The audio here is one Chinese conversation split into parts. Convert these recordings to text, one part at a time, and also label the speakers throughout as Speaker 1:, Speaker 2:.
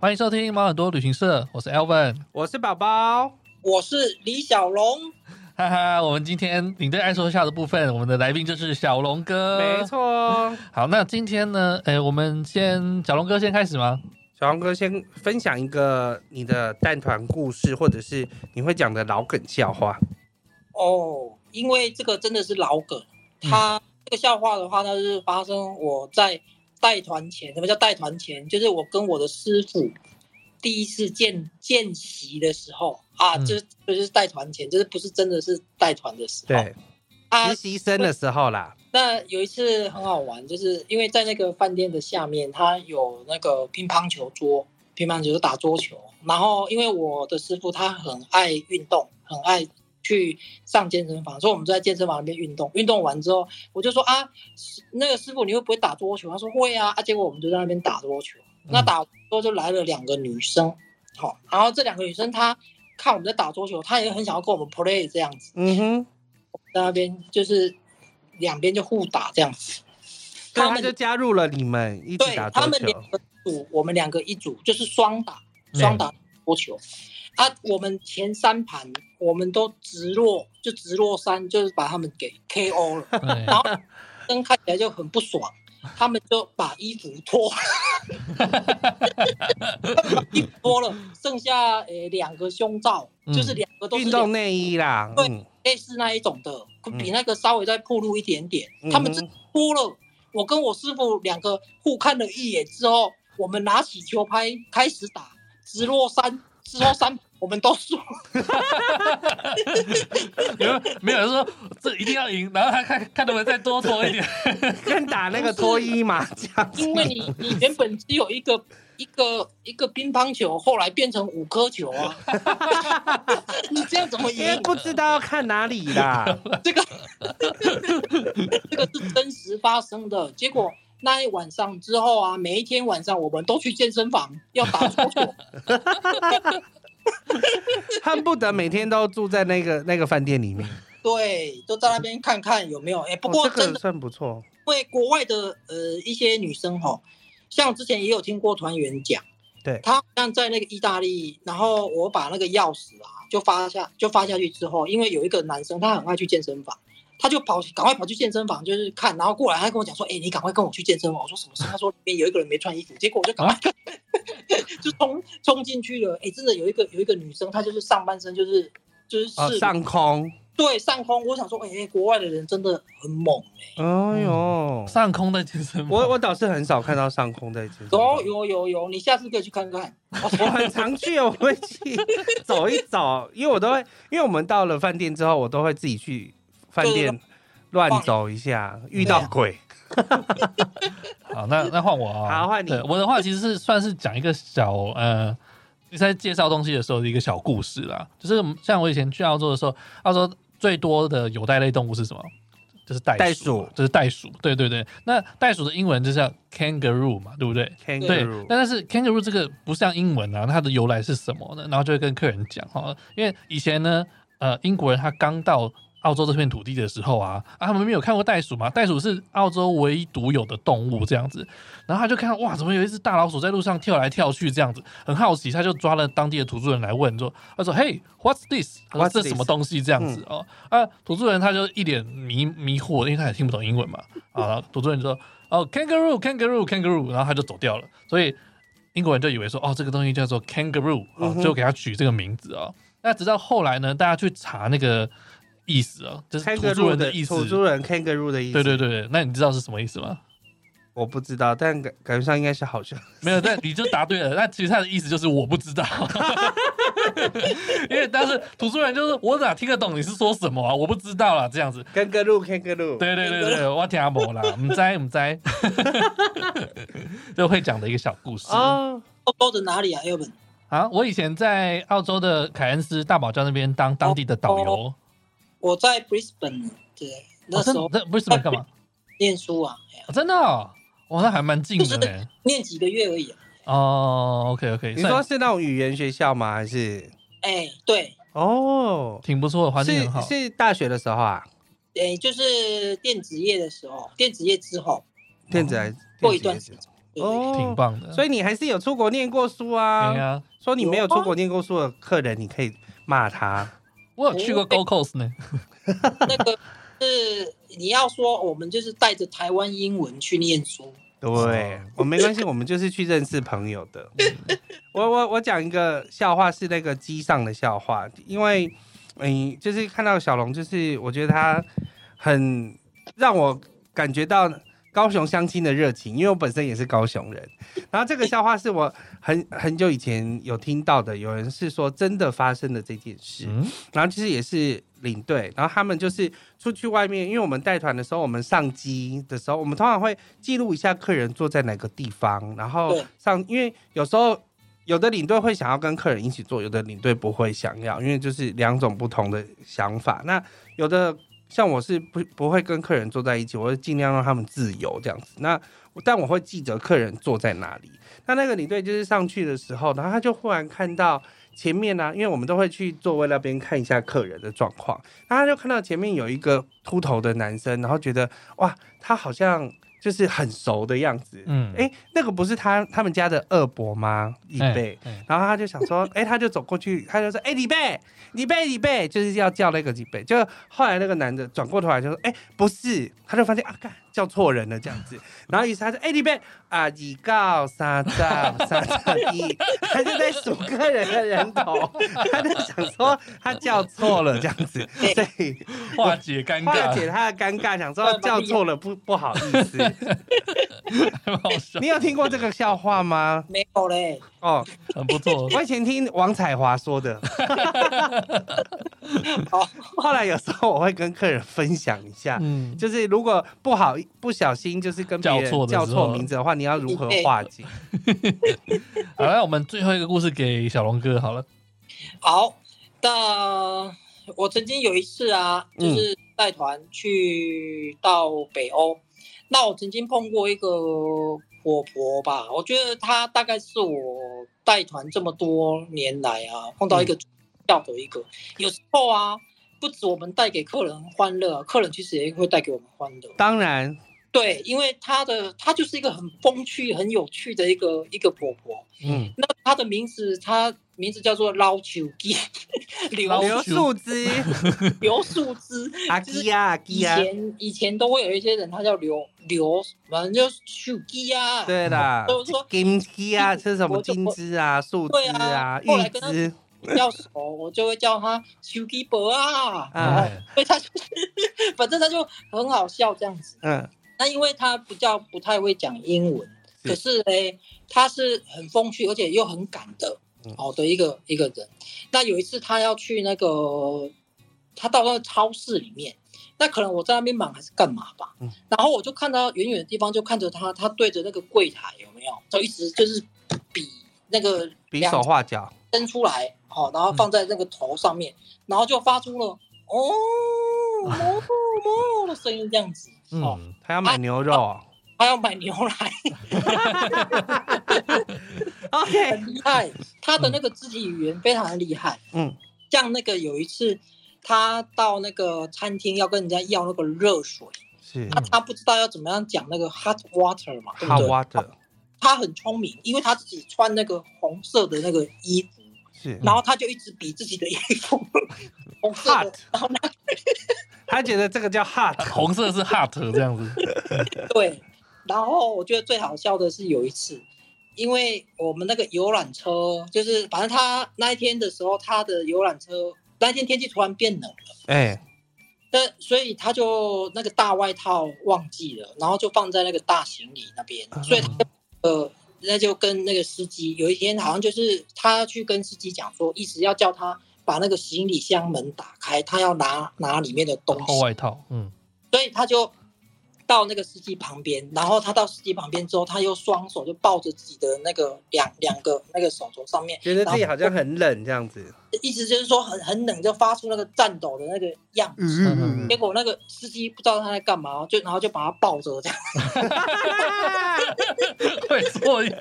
Speaker 1: 欢迎收听毛很多旅行社，我是 Elvin，
Speaker 2: 我是宝宝，
Speaker 3: 我是李小龙。
Speaker 1: 哈哈，我们今天领队爱说笑的部分，我们的来宾就是小龙哥，
Speaker 3: 呃
Speaker 2: 没。错。
Speaker 1: 好，那今天呢，哎，我们先小龙哥先开始吗？
Speaker 2: 小王哥先分享一个你的蛋团故事，或者是你会讲的老梗笑话。
Speaker 3: 哦，因为这个真的是老梗，
Speaker 2: 嗯
Speaker 3: 他这个笑话的话，那是发生我在带团前，什么叫带团前？就是我跟我的师傅第一次见见习的时候啊，
Speaker 1: 嗯
Speaker 3: 就是就是带团前，就是不是真的是带团的时候。
Speaker 2: 对，
Speaker 3: 啊
Speaker 2: 实，习生的时候啦，
Speaker 3: 那有一次很好玩，就是因为在那个饭店的下面，它有那个乒乓球桌，乒乓球打桌球。然后因为我的师傅他很爱运动，很爱去上健身房，所以我们就在健身房那边运动。运动完之后，我就说啊，那个师傅你会不会打桌球？他说会啊。啊，结果我们就在那边打桌球。那打桌球就来了两个女生，好、然后这两个女生她看我们在打桌球，她也很想要跟我们 play 这样子。
Speaker 2: 嗯哼，
Speaker 3: 在那边就是两边就互打这样子。
Speaker 2: 对，
Speaker 3: 他
Speaker 2: 他
Speaker 3: 们
Speaker 2: 就加入了你们一起
Speaker 3: 对
Speaker 2: 打
Speaker 3: 他
Speaker 2: 桌
Speaker 3: 们
Speaker 2: 球
Speaker 3: 两。个组，我们两个一组，就是双打，
Speaker 1: 嗯
Speaker 3: 双打桌球。啊，我们前三盘我们都直落，就直落三，就是把他们给 KO 了。
Speaker 2: 嗯
Speaker 1: 对
Speaker 3: 然后灯看起来就很不爽，他们就把衣服脱了， 他们把衣服脱了，剩下呃两个胸罩，就是
Speaker 1: 嗯
Speaker 3: 两个都是
Speaker 2: 运
Speaker 3: 两
Speaker 2: 动内衣啦，
Speaker 3: 对
Speaker 2: 嗯，
Speaker 3: 类似那一种的，
Speaker 2: 嗯
Speaker 3: 比那个稍微再暴露一点点。
Speaker 2: 嗯
Speaker 3: 他们真的脱了，我跟我师傅两个互看了一眼之后，我们拿起球拍开始打，直落三，直落三，我们都输。
Speaker 1: 有没有人说这一定要赢？然后他看看能不能再多拖一点。
Speaker 2: 跟打那个脱衣 麻将，
Speaker 3: 因为你你原本只有一个一个一个乒乓球，后来变成五颗球啊， 你这样怎么赢
Speaker 2: 因？为 不知道要看哪里 啦。
Speaker 3: 这个这个是真实发生的。结果那一晚上之后啊，每一天晚上我们都去健身房要打桌球，
Speaker 2: 恨不得每天都住在那个那个饭店里面。
Speaker 3: 对，都在那边看看有没有。哎、不
Speaker 2: 哦
Speaker 3: 过
Speaker 2: 这
Speaker 3: 真
Speaker 2: 个
Speaker 3: 的，
Speaker 2: 算不错，
Speaker 3: 因为国外的呃一些女生吼，像之前也有听过团员讲，
Speaker 2: 对
Speaker 3: 她好像在那个意大利，然后我把那个钥匙啊就发下就发下去之后，因为有一个男生他很爱去健身房。他就跑，赶快跑去健身房，就是看，然后过来，他跟我讲说：“哎、你赶快跟我去健身房。”我说：“什么事？”他说：“里面有一个人没穿衣服。”结果我就赶
Speaker 2: 啊
Speaker 3: 快、 就冲冲进去了。哎、真的有一个有一个女生，她就是上半身就是就是
Speaker 2: 哦，
Speaker 3: 是
Speaker 2: 上空，
Speaker 3: 对上空，我想说，哎、哎国外的人真的很猛
Speaker 2: 哎
Speaker 3: 哎、嗯
Speaker 2: 呦，
Speaker 1: 上空的健身房，
Speaker 2: 我我倒是很少看到上空在健身房
Speaker 3: 有有有有，你下次可以去看看。啊我
Speaker 2: 我
Speaker 3: 说
Speaker 2: 很常去，我会去走一走，因为我都会，因为我们到了饭店之后，我都会自己去饭店乱走一下，遇到鬼。
Speaker 1: 好，那那换我啊、
Speaker 2: 好换你
Speaker 1: 对我的话其实是算是讲一个小呃，在介绍东西的时候的一个小故事啦。就是像我以前去澳洲的时候，澳洲最多的有袋类动物是什么？就是袋
Speaker 2: 袋
Speaker 1: 鼠嘛
Speaker 2: 鼠，
Speaker 1: 就是袋鼠。对对对，那袋鼠的英文就叫 kangaroo 嘛，对不对？对
Speaker 2: Kangaroo，，
Speaker 1: 但是 kangaroo 这个不像英文啊，它的由来是什么呢？然后就会跟客人讲哈，因为以前呢，呃，英国人他刚到澳洲这片土地的时候啊，啊，他们没有看过袋鼠嘛，袋鼠是澳洲唯一独有的动物这样子，然后他就看到哇，怎么有一只大老鼠在路上跳来跳去这样子，很好奇，他就抓了当地的土著人来问说，他说，Hey, what's this？他说
Speaker 2: What's
Speaker 1: 这是什么
Speaker 2: this？
Speaker 1: 东西这样子哦，啊，土著人他就一脸迷迷惑，因为他也听不懂英文嘛，啊，土著人就说哦，kangaroo kangaroo kangaroo，然后他就走掉了，所以英国人就以为说哦，这个东西叫做 kangaroo，
Speaker 2: 嗯
Speaker 1: 哦，
Speaker 2: 哼
Speaker 1: 就给它取这个名字哦。那直到后来呢，大家去查那个意思哦，就是土著
Speaker 2: kangaroo
Speaker 1: 人意思
Speaker 2: 土。著人 kangaroo 的意思，
Speaker 1: 对对，对对，那你知道是什么意思 吗？
Speaker 2: 我不知道，但感感觉上应该是好像
Speaker 1: 没有，但你就答对了。那其实他的意思就是我不知道， 因为当时土著人就是我哪听得懂你是说什么啊？我不知道啦，这样子。
Speaker 2: kangaroo kangaroo，
Speaker 1: 对对对对，我听阿伯啦，唔知唔 知， 就会讲的一个小故事
Speaker 2: 哦，
Speaker 3: 欧洲的哪里啊，Elvin？
Speaker 1: 啊，我以前在澳洲的凯恩斯大堡礁那边当当地的导游，哦
Speaker 3: 我在 Brisbane，对，哦那时
Speaker 1: 真
Speaker 3: 候
Speaker 1: 的不是什么 干嘛？
Speaker 3: 念书啊，哎呀
Speaker 1: 哦真的哦，哇，那还蛮近的嘞。
Speaker 3: 念几个月而已啊、
Speaker 1: 哦，OK OK，
Speaker 2: 你说是那种语言学校吗？还是
Speaker 3: 哎，对，
Speaker 2: 哦？
Speaker 1: 挺不错的，环境
Speaker 2: 是
Speaker 1: 很好。
Speaker 2: 是大学的时候啊，
Speaker 3: 哎，就是电子业的时候，电子业之后，
Speaker 2: 电子还
Speaker 3: 过一段时
Speaker 2: 间，
Speaker 3: 对对对
Speaker 1: 哦挺棒的。
Speaker 2: 所以你还是有出国念过书啊？
Speaker 1: 对啊，
Speaker 2: 说你没有出国念过书的客人，你可以骂他。
Speaker 1: 我有去
Speaker 2: 哦哎
Speaker 1: 过 Go Coast 呢，
Speaker 3: 那个是你要说我们就是带着台湾英文去念书，
Speaker 2: 对，我没关系，我们就是去认识朋友的。我我我讲一个笑话，是那个机上的笑话，因为嗯，就是看到小龙，就是我觉得他很让我感觉到高雄相亲的热情，因为我本身也是高雄人。然后这个笑话是我很很久以前有听到的，有人是说真的发生了这件事。
Speaker 1: 嗯，
Speaker 2: 然后其实也是领队，然后他们就是出去外面，因为我们带团的时候，我们上机的时候，我们通常会记录一下客人坐在哪个地方，然后
Speaker 3: 对
Speaker 2: 上，因为有时候有的领队会想要跟客人一起坐，有的领队不会想要，因为就是两种不同的想法。那有的像我是不不会跟客人坐在一起，我会尽量让他们自由这样子。那但我会记得客人坐在哪里。那那个领队就是上去的时候，然后他就忽然看到前面呢、因为我们都会去座位那边看一下客人的状况，然后他就看到前面有一个秃头的男生，然后觉得哇，他好像就是很熟的样子。
Speaker 1: 嗯
Speaker 2: 哎、那个不是他他们家的二伯吗？李
Speaker 1: 哎
Speaker 2: 贝。
Speaker 1: 哎
Speaker 2: 然后他就想 说，哎、他就走过去，他就说，哎、李贝，李贝，李贝，就是要叫那个李贝。就后来那个男的转过头来就说，哎、不是，他就发现啊，干叫错人了这样子。然后于是他就，哎、李贝，啊，一告三照三照一，他就在数客人的人头，他就想说他叫错了这样子，所以
Speaker 1: 化解尴
Speaker 2: 化
Speaker 1: 尬，
Speaker 2: 解他的尴尬，想说叫错了不不好意思。
Speaker 1: 蛮 好笑
Speaker 2: 你，有听过这个笑话吗？
Speaker 3: 没有嘞，
Speaker 2: 哦，
Speaker 1: 很不错。
Speaker 2: 我以前听王彩华说 的，
Speaker 3: 哦，
Speaker 2: 后来有时候我会跟客人分享一下，
Speaker 1: 嗯，
Speaker 2: 就是如果不好不小心就是跟别
Speaker 1: 叫
Speaker 2: 人
Speaker 1: 错的时
Speaker 2: 叫
Speaker 1: 候
Speaker 2: 错名字的话，你要如何化 解？
Speaker 1: 好了，那我们最后一个故事给小龙哥好了。
Speaker 3: 好，那我曾经有一次啊，
Speaker 2: 嗯
Speaker 3: 就是带团去到北欧，那我曾经碰过一个婆婆吧，我觉得她大概是我带团这么多年来啊，碰到一个要的一个，有时候啊，不止我们带给客人欢乐，啊客人其实也会带给我们欢乐。
Speaker 2: 当然，
Speaker 3: 对，因为她的她就是一个很风趣、很有趣的一个一个婆婆。
Speaker 2: 嗯，
Speaker 3: 那她的名字，她名字叫做捞球鸡，刘
Speaker 1: 老
Speaker 2: 刘树枝，
Speaker 3: 刘树枝。
Speaker 2: 阿啊基呀阿基
Speaker 3: 以
Speaker 2: 呀，
Speaker 3: 前以前都会有一些人，他叫刘刘，反正就是树鸡啊。
Speaker 2: 对啦
Speaker 3: 都说
Speaker 2: 金枝啊，是什么金枝啊、树枝啊、
Speaker 3: 对啊后
Speaker 2: 玉
Speaker 3: 来跟他
Speaker 2: 枝，
Speaker 3: 比较熟，我就会叫他修鸡伯啊，
Speaker 2: 啊，
Speaker 1: 哎
Speaker 3: 所以他就是，反正他就很好笑这样子。
Speaker 2: 嗯，
Speaker 3: 那因为他比较不太会讲英文，
Speaker 2: 是
Speaker 3: 可是嘞，他是很风趣，而且又很敢的
Speaker 2: 嗯，
Speaker 3: 好、的一个一个人。那有一次他要去那个，他到那个超市里面，那可能我在那边忙还是干嘛吧，
Speaker 2: 嗯
Speaker 3: 然后我就看到远远的地方就看着他，他对着那个柜台有没有，就一直就是比那个
Speaker 2: 比
Speaker 3: 两
Speaker 2: 手嗯画脚，
Speaker 3: 伸出来，哦，然后放在那个头上面，然后就发出了 哦哞哞的声音这样子，哦，
Speaker 1: 嗯，
Speaker 2: 他要买牛肉哦。
Speaker 3: 他要买牛奶，
Speaker 2: OK，
Speaker 3: 很厉害，他的那个肢体语言非常的厉害，
Speaker 2: 嗯，
Speaker 3: 像那个有一次。他到那个餐厅要跟人家要那个热水，
Speaker 2: 是
Speaker 3: 那他不知道要怎么样讲那个 hot 嗯 water 嘛，对不
Speaker 2: 好
Speaker 3: 对？
Speaker 2: 挖的，
Speaker 3: 他很聪明，因为他自己穿那个红色的那个衣服，
Speaker 2: 是。
Speaker 3: 然后他就一直比自己的衣 服红色的
Speaker 2: hot，他觉得这个叫 hot，
Speaker 1: 啊 红色是 heart 这样 子，
Speaker 3: 对，然后我觉得最好笑的是有一次，因为我们那个游览车，就是反正他那一天的时候，他的游览车那一天天气突然变冷了，
Speaker 2: 哎，
Speaker 3: 那所以他就那个大外套忘记了，然后就放在那个大行李那边，所以他呃。那就跟那个司机有一天好像就是他去跟司机讲说，一直要叫他把那个行李箱门打开，他要拿拿里面的东西
Speaker 1: 厚。外套，嗯，
Speaker 3: 所以他就到那个司机旁边，然后他到司机旁边之后，他又双手就抱着自己的那个两两个那个手肘上面，
Speaker 2: 觉得自己好像很冷这样子。
Speaker 3: 意思就是说很很冷，就发出那个颤抖的那个样子。
Speaker 1: 嗯
Speaker 3: 结果那个司机不知道他在干嘛，就然后就把他抱着这样，
Speaker 1: 会错意，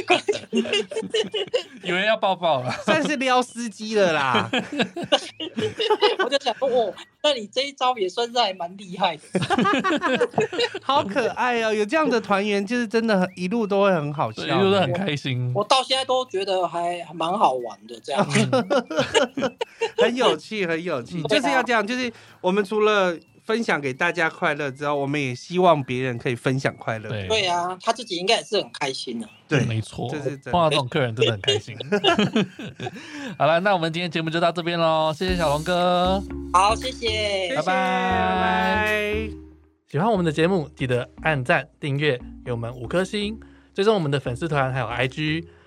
Speaker 1: 以为要抱抱了，
Speaker 2: 算是撩司机了啦。
Speaker 3: 我就就想说，哦，那你这一招也算是还蛮厉害的。
Speaker 2: 好可爱哦！有这样的团员，就是真的很一路都会很好笑，
Speaker 1: 所以就是很开心。
Speaker 3: 我到现在都觉得还蛮好玩的，这样
Speaker 1: 嗯
Speaker 2: 很有趣，很有趣，
Speaker 3: 对
Speaker 2: 就
Speaker 3: 啊
Speaker 2: 是要这样。就是我们除了分享给大家快乐之后，我们也希望别人可以分享快乐。
Speaker 1: 对
Speaker 3: 对啊，他自己应该也是很开心的、
Speaker 1: 嗯
Speaker 2: 对，
Speaker 1: 没错，
Speaker 2: 这是真的
Speaker 1: 碰到这种客人真的很开 心。好了，那我们今天节目就到这边喽，谢谢小龙哥。
Speaker 3: 好，谢
Speaker 2: 谢谢
Speaker 1: 拜拜
Speaker 2: 拜拜。
Speaker 1: 喜欢我们的节目，记得按赞、订阅，给我们五颗星，追踪我们的粉丝团还有 IG，